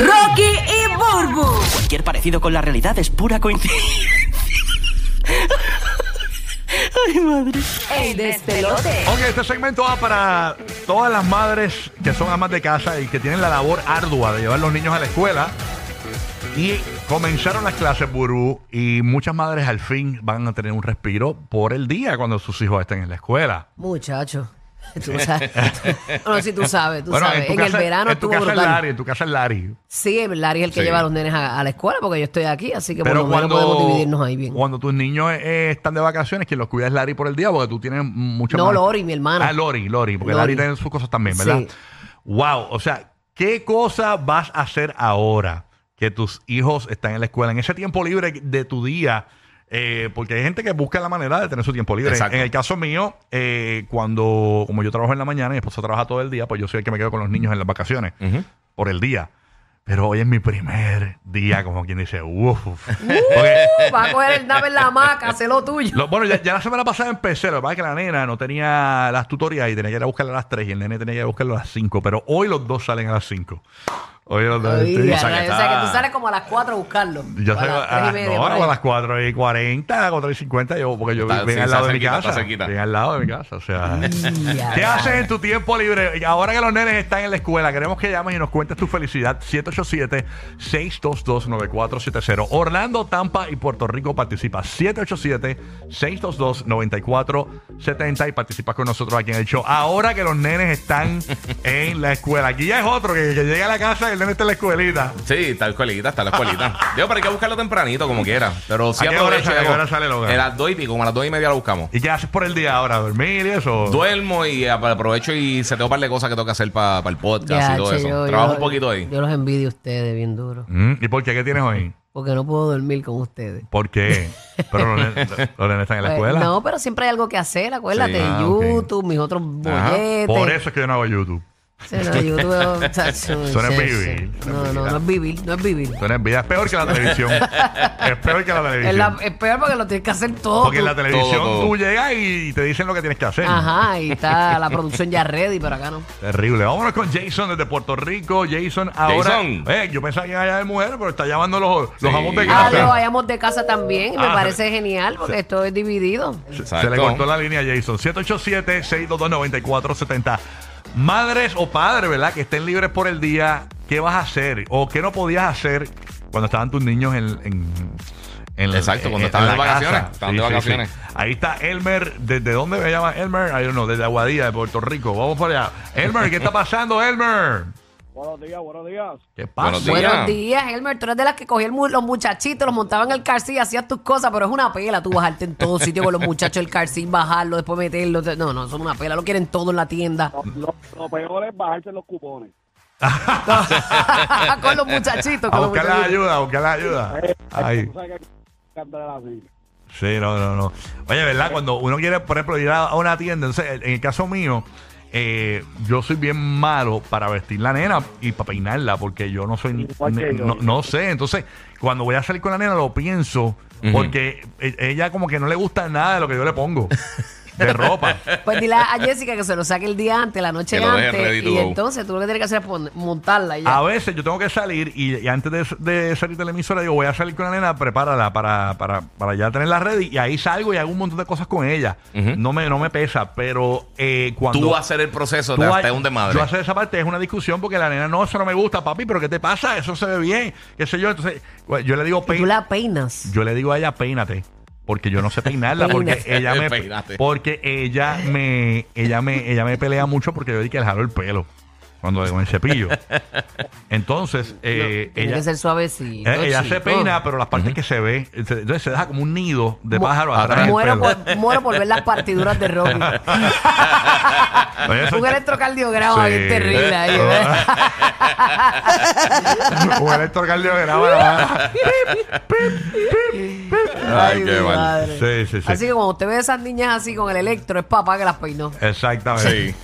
Rocky y Burbu. Cualquier parecido con la realidad es pura coincidencia. Ay, madre. El despelote. Ok, este segmento va para todas las madres que son amas de casa y que tienen la labor ardua de llevar los niños a la escuela. Y comenzaron las clases, Burbu, y muchas madres al fin van a tener un respiro por el día cuando sus hijos estén en la escuela. Muchacho. Tú sabes. no, si tú sabes, tú sabes. tu En, casa- el verano en tu estuvo casa es brutal. Larry, en tu casa es Larry. Sí, el Larry es el que Sí. lleva a los nenes a, a la escuela porque yo estoy aquí, así que por Pero lo menos podemos dividirnos ahí cuando, bien. cuando tus niños eh, están de vacaciones, quien los cuida es Larry por el día, porque tú tienes mucho No, Lori, mi hermana. Ah, Lori, Lori, porque Lori Lori. tiene sus cosas también, ¿verdad? Sí. Wow, o sea, ¿qué cosa vas a hacer ahora que tus hijos están en la escuela? En ese tiempo libre de tu día, eh, porque hay gente que busca la manera de tener su tiempo libre. Exacto. En el caso mío, eh, cuando, como yo trabajo en la mañana y mi esposa trabaja todo el día, pues yo soy el que me quedo con los niños en las vacaciones por el día. Pero hoy es mi primer día, como quien dice, uff. Porque Va a coger el nave en la hamaca, haz lo tuyo. lo- bueno, ya, ya la semana pasada empecé. Lo que pasa es que la nena no tenía las tutorías y tenía que ir a buscarla a las 3 y el nene tenía que ir a buscarlo a las 5. Pero hoy los dos salen a las 5. Hoy los dos. este, Ay, sí. ya, sea rayos, que o sea que tú sales como a las 4 a buscarlo. Yo O salgo a las 3 y media. por ahí. a las 4 y 40, 4 y 50, yo, porque yo Está- ven sí, al está lado de mi cerquita, casa. está cerquita. Ven al lado de mi casa. O sea, Mm. Ya, ¿qué rayos. haces en tu tiempo libre? Y Ahora que los nenes están en la escuela, queremos que llames y nos cuentes tu felicidad. 787-622-9470. Orlando, Tampa y Puerto Rico participa. 787-622-9470 y participas con nosotros aquí en el show. Ahora que los nenes están en la escuela. Aquí ya es otro que, que llega a la casa y el nene está en la escuelita. Sí, está la escuelita, está la escuelita. Digo, pero hay que buscarlo tempranito, como quiera. Pero sí ¿A qué hora aprovecho. sale? ¿A qué hago- hora sale el hogar? a las dos y pico, como a las dos y media lo buscamos. ¿Y qué haces por el día ahora? ¿Dormir y eso? Duermo y eh, aprovecho y se tengo un par de cosas que tengo que hacer para el podcast Ya, y todo che, eso. yo- Trabajo yo- un poquito ahí. Yo los envidio a ustedes bien duro. Mm, ¿Y por qué? ¿Qué tienes hoy? Porque no puedo dormir con ustedes. ¿Por qué? Pero los nenes los nenes están en la Pues, escuela. No, pero siempre hay algo que hacer, acuérdate. Sí, ah, YouTube, mis otros Ajá. bolletes. Por eso es que yo no hago YouTube. Sí, no, YouTube, chacho, Eso no es sí, vivir, sí. eso no No, es no, vivir. no es vivir, no es vivir. Tú eres vida. Es peor que la televisión. es peor que la Es, televisión. la, es peor porque lo tienes que hacer todo. Porque en tú. la televisión Todo, todo. tú llegas y te dicen lo que tienes que hacer. Ajá, y está la producción ya ready, pero acá no. Terrible. Vámonos con Jason desde Puerto Rico. Jason, ahora. Jason. Eh, yo pensaba que iba a llamar de mujer, pero está llamando los, los Sí. amos de Ah, Gracias. lo casa. vayamos de casa también, y me Ah, parece genial porque esto es dividido. Se le Exacto. cortó la línea a Jason. 787-622-9470. Madres o padres, ¿verdad? Que estén libres por el día. ¿Qué vas a hacer? ¿O qué no podías hacer cuando estaban tus niños en... en- en la- Exacto, cuando en- estaban en de la vacaciones. casa? Estaban de vacaciones. Ahí está Elmer. ¿Desde dónde me llama Elmer? I don't know, desde Aguadilla, de Puerto Rico. Vamos para allá. Elmer, ¿qué está pasando, Elmer? Buenos días, buenos días. ¿Qué pasa? Buenos Sí, días. Buenos ya. días, Elmer. Tú eres de las que cogía el mu- los muchachitos, los montaban en el car seat, hacías tus cosas, pero es una pela tú bajarte en todo sitio con los muchachos el car seat, bajarlo, después meterlo. No, no, son una pela, lo quieren todo en la tienda. Lo, lo- lo peor es bajarse los cupones. con los muchachitos. A con los buscar la muchachitos. ayuda, a buscar la ayuda. Eh, Ahí. tú sabes que hay que andar así. Sí, no, no, no. Oye, ¿verdad? Cuando uno quiere, por ejemplo, ir a a una tienda, entonces, en el caso mío, eh, yo soy bien malo para vestir la nena y para peinarla, porque yo no soy, ni- Igual que ni- yo. no, no sé. Entonces, cuando voy a salir con la nena, lo pienso, porque e- ella como que no le gusta nada de lo que yo le pongo de ropa. Pues dile a Jessica que se lo saque el día antes, la noche Que lo deje antes. ready to Y go. entonces tú lo que tienes que hacer es pon- montarla y ya. A veces yo tengo que salir y, y antes de, de salir de la emisora digo, voy a salir con la nena, prepárala para, para, para ya tenerla ready. Y ahí salgo y hago un montón de cosas con ella. no, me, no me pesa, pero eh, cuando... Tú vas a hacer el proceso, tú te, vas- te hunde madre. Yo hacer esa parte es una discusión porque la nena, no, eso no me gusta, papi, pero ¿qué te pasa? Eso se ve bien, qué sé yo. Entonces, pues, yo le digo, Y tú "Pein- la peinas. yo le digo a ella, peínate. Porque yo no sé peinarla, porque Peínate. ella me Peínate. porque ella me, ella me, ella me pelea mucho porque yo dije que le jalo el pelo cuando con el cepillo. Entonces, eh, Tiene ella, que ser suavecito. eh, ella se chico. peina, pero las partes que se ve, se- entonces se deja como un nido de Mu- pájaro atrás. del Muero pelo. por, muero por ver las partiduras de Rocky. Oye, eso- Un electrocardiograma Sí. bien terrible ahí. ¿eh? ¿verdad? Un electrocardiograma, la verdad. Ay, Ay, qué mi mal. madre. Sí, sí, sí. Así que cuando usted ve a esas niñas así con el electro, es papá que las peinó. Exactamente. Sí.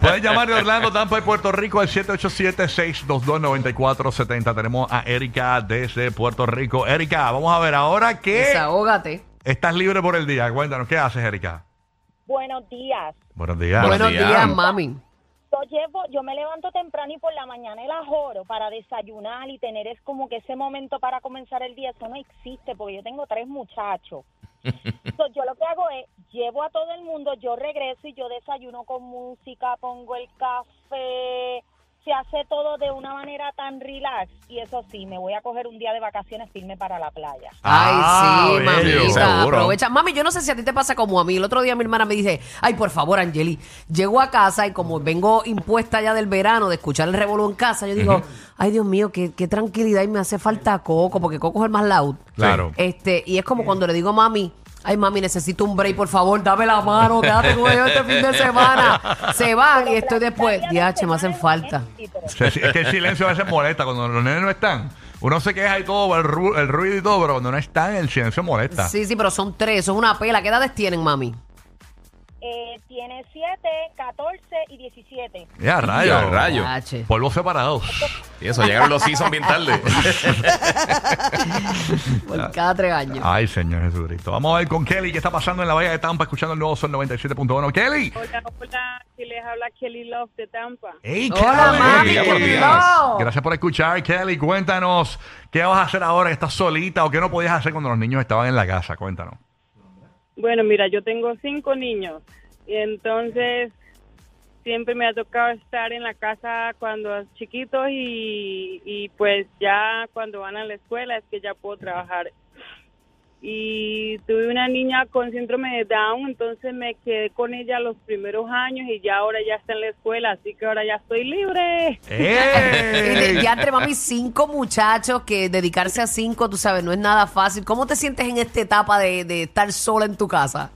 Puedes llamar de Orlando, Tampa y Puerto Rico al 787-622-9470. Tenemos a Erika desde Puerto Rico. Erika, vamos a ver ahora que Desahógate. estás libre por el día. Cuéntanos, ¿qué haces, Erika? Buenos días. Buenos días. Buenos días. días, mami. yo llevo, yo me levanto temprano y por la mañana el ajoro para desayunar y tener es como que ese momento para comenzar el día, eso no existe porque yo tengo tres muchachos. So, yo lo que hago es, llevo a todo el mundo, yo regreso y yo desayuno con música, pongo el café, se hace todo de una manera tan relax y eso sí, me voy a coger un día de vacaciones firme para la playa. Ah, Ay, sí, bello. mamita, Seguro. aprovecha. Mami, yo no sé si a ti te pasa como a mí. El otro día mi hermana me dice, ay, por favor, Angeli, llego a casa y como vengo impuesta ya del verano de escuchar el revolú en casa, yo digo, ay, Dios mío, qué, qué tranquilidad y me hace falta Coco, porque Coco es el más loud. Claro. Este, y es como cuando le digo a mami, ay mami, necesito un break, por favor, dame la mano, quédate con ellos este fin de semana. Se van Ah, y estoy después, diache, me hacen falta. Se- Es que el silencio a veces molesta cuando los nenes no están. Uno se queja y todo, el, ru- el ruido y todo, pero cuando no están, el silencio molesta. Sí, sí, pero son tres, eso es una pela. ¿Qué edades tienen, mami? Eh, tiene 7, 14 y 17. Ya, Eh, rayo. Ya, rayo. Yo. Diache. Polvos separados. Y eso, llegaron los seasons bien tarde. Por cada tres años. Ay, Señor Jesucristo. Vamos a ver con Kelly qué está pasando en la Bahía de Tampa, escuchando el nuevo Sol 97.1. ¡Kelly! Hola, hola, aquí les habla Kelly Love de Tampa. Hey, Hola, mami, Kelly. buenos días. Gracias por escuchar, Kelly. Cuéntanos, ¿qué vas a hacer ahora que estás solita o qué no podías hacer cuando los niños estaban en la casa? Cuéntanos. Bueno, mira, yo tengo cinco niños y entonces siempre me ha tocado estar en la casa cuando chiquitos y, y pues ya cuando van a la escuela es que ya puedo trabajar. Y tuve una niña con síndrome de Down, entonces me quedé con ella los primeros años y ya ahora ya está en la escuela, así que ahora ya estoy libre. Y de- ¡Eh! Ya entre mami cinco muchachos que dedicarse a cinco, tú sabes, no es nada fácil. ¿Cómo te sientes en esta etapa de, de estar sola en tu casa?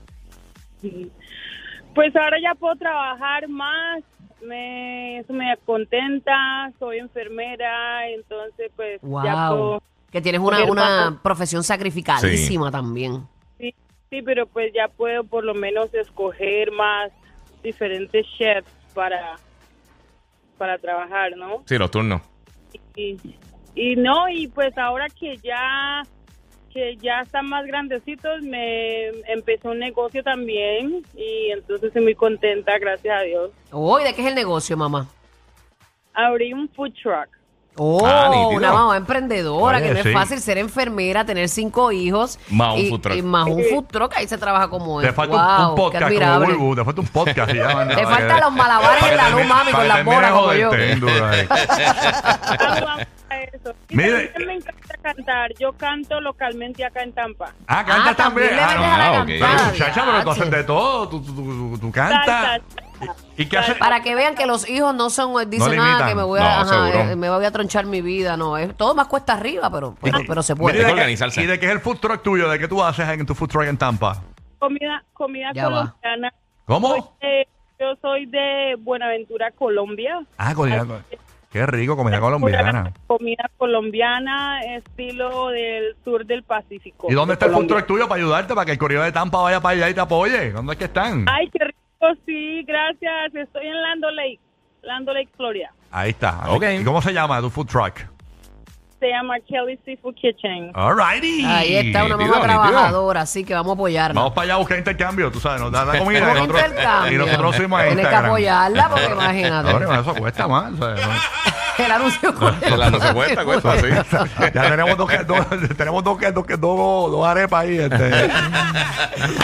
Pues ahora ya puedo trabajar más, me, eso me contenta, soy enfermera, entonces pues ya Wow. puedo, Que tienes una, Comer una papas. profesión sacrificadísima también. sí, sí, pero pues ya puedo por lo menos escoger más diferentes chefs para, para trabajar, ¿no? Sí, los turnos. Y, y no, y pues ahora que ya que ya están más grandecitos, me empecé un negocio también y entonces estoy muy contenta, gracias a Dios. Hoy, ¿de qué es el negocio, mamá? Abrí un food truck. Oh, Ah, nítido. una mamá emprendedora, Oye, que no sí. es fácil ser enfermera, tener cinco hijos. Más un y, food truck. y más un food truck, ahí se trabaja como Te es. falta un- un, Wow, qué podcast como admirable. Bulbu, te falta un podcast. y ya, anda, Te para que- faltan los malabares para en la que luz, termine- mami, con para las que termine bolas como yo. joderte, sin duda, eh. Vamos, vamos a eso. Y Mire. también me encanta cantar. Yo canto localmente acca en Tampa. Ah, canta Ah, también. también le metes a la no, ok. cantada, Pero, muchacha, pero tú diache. haces de todo. Tú, tú, tú- tú cantas. Salsa, ¿Y, y qué haces? Para que vean que los hijos no son, dicen, No ah, limitan. que me voy a, No, ajá, seguro. eh, me voy a tronchar mi vida, no, es, todo más cuesta arriba, pero, pero, pero se Mira, ¿y puede. Hay Mira, de que qué- organizarse. ¿Y de qué es el food truck tuyo? ¿De qué tú haces en tu food truck en Tampa? comida comida Ya va. colombiana. Soy ¿Cómo? de- yo soy de Buenaventura, Colombia. Ah, comida. Qué rico, comida colombiana. Comida colombiana, estilo del sur del Pacífico. ¿Y dónde de está el food Colombia. truck tuyo para ayudarte, para que el correo de Tampa vaya para allá y te apoye? ¿Dónde es que están? Ay, qué rico, sí, gracias. Estoy en Lando Lake, Lando Lake, Florida. Ahí está. Ok. ¿Y cómo se llama tu food truck? Se llama Kelly Seafood Kitchen. Alrighty. Ahí está una mamá Nítido, nítido. trabajadora, así que vamos a apoyarla. Vamos para allá a buscar intercambio, tú sabes, nos dan la comida Como y nosotros, intercambio. y nosotros subimos a Tienes que Instagram. apoyarla porque imagínate. Ahora, bueno, eso cuesta más. ¿sabes? No- el anuncio cuesta. La no se cuesta, cuesta, sí. ya tenemos dos, que- dos- tenemos dos, que- dos, que- dos, dos arepas ahí. este.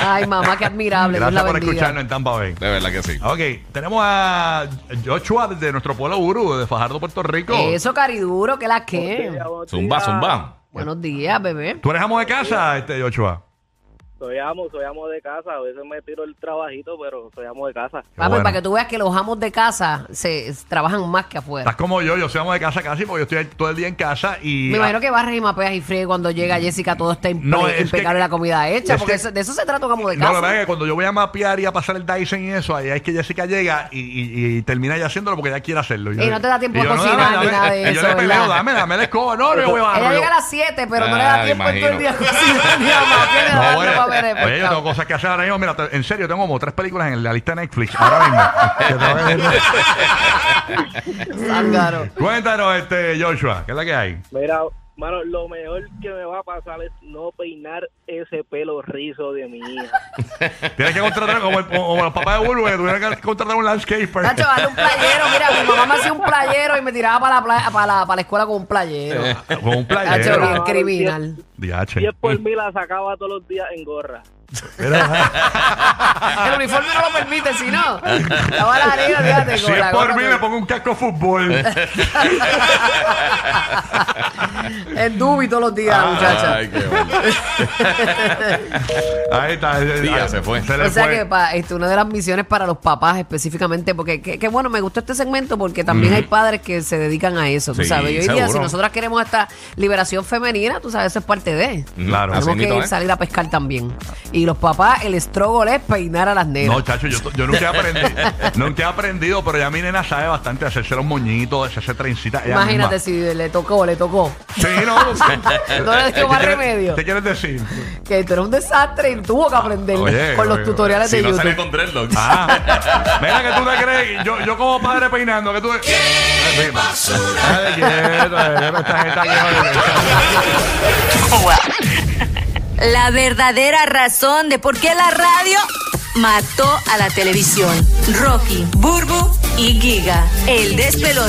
Ay, mamá, qué admirable. Dios Gracias la por bendiga. escucharnos en Tampa Bay. De verdad que sí. Ok, tenemos a Joshua desde nuestro pueblo Uru, de Fajardo, Puerto Rico. Eso, cariduro, que la que. Ah, Zumba, zumba. Buenos días, bebé. ¿Tú eres amo de casa, este Joshua? Soy amo, soy amo de casa. A veces me tiro el trabajito, pero soy amo de casa. Qué Vamos, bueno. para que tú veas que los amos de casa se, se trabajan más que afuera. Estás como yo, yo soy amo de casa casi porque yo estoy todo el día en casa y... Me imagino que barres y mapeas y friegas cuando llega Jessica, todo está impe- No, es impecable que- la comida hecha, es porque que- eso- de eso se trata como de No, casa. la verdad es que cuando yo voy a mapear y a pasar el Dyson y eso, ahí es que Jessica llega y, y- y termina ya haciéndolo porque ya quiere hacerlo. Y no te da tiempo y a yo, no, cocinar dame, ni dame. nada de Y yo eso, le peleo, ¿verdad? dame, dame la escoba. No, no, yo voy a Ella barro, yo- llega a las 7, pero no le Ah, da me tiempo en todo el día a imagino. cocinar ni a mapear, ni a No, darle bueno, pa' ver el oye, yo tengo pescado. cosas que hacer ahora mismo. Mira, te- en serio, tengo como tres películas en la lista de Netflix ahora mismo. Que tengo que ver. Zángaro. Cuéntanos, este, Joshua, ¿qué es la que hay? Mira, Mano, lo mejor que me va a pasar es no peinar ese pelo rizo de mi hija. Tienes que contratar como, el- como los papás de Bulbo que tuvieron que contratar un landscaper. Nacho, dale un playero. Mira, mi mamá me hacía un playero y me tiraba para la, playa- para la, para la escuela con un playero. Con un Nacho, Eh, playero. bien criminal. Diache. Y es por mí la sacaba todos los días en gorra. Mira, El uniforme no lo permite, si no. Estaba la nena, fíjate. si con es la por gorra mí, con- me pongo un casco de fútbol. En dubi todos los días, muchacha. Ay, qué bueno. Ahí está. Sí, ya ah, se fue. Se le O sea fue. que pa- este, una de las misiones para los papás específicamente, porque que, que bueno, me gustó este segmento porque también hay padres que se dedican a eso, tú Sí, sabes. Y hoy día, seguro. si nosotras queremos esta liberación femenina, tú sabes, eso es parte de. Claro. Así Tenemos mismo, que ¿eh? salir a pescar también. Y los papás, el struggle es peinar a las nenas. No, chacho, yo, yo nunca he aprendido. nunca he aprendido, pero ya mi nena sabe bastante hacerse los moñitos, hacerse trencita. ella Imagínate misma. si le tocó, le tocó. Sí, no. No le dio más remedio. ¿Qué quieres decir? Que esto era un desastre y tuvo que aprender Oye, con los oye, tutoriales Si de no YouTube. sale con dreadlocks. Ah, mira que tú te crees, yo, yo como padre peinando, que tú... ¿Qué basura? eh, La verdadera razón de por qué la radio mató a la televisión. Rocky, Burbu y Giga. El despelote.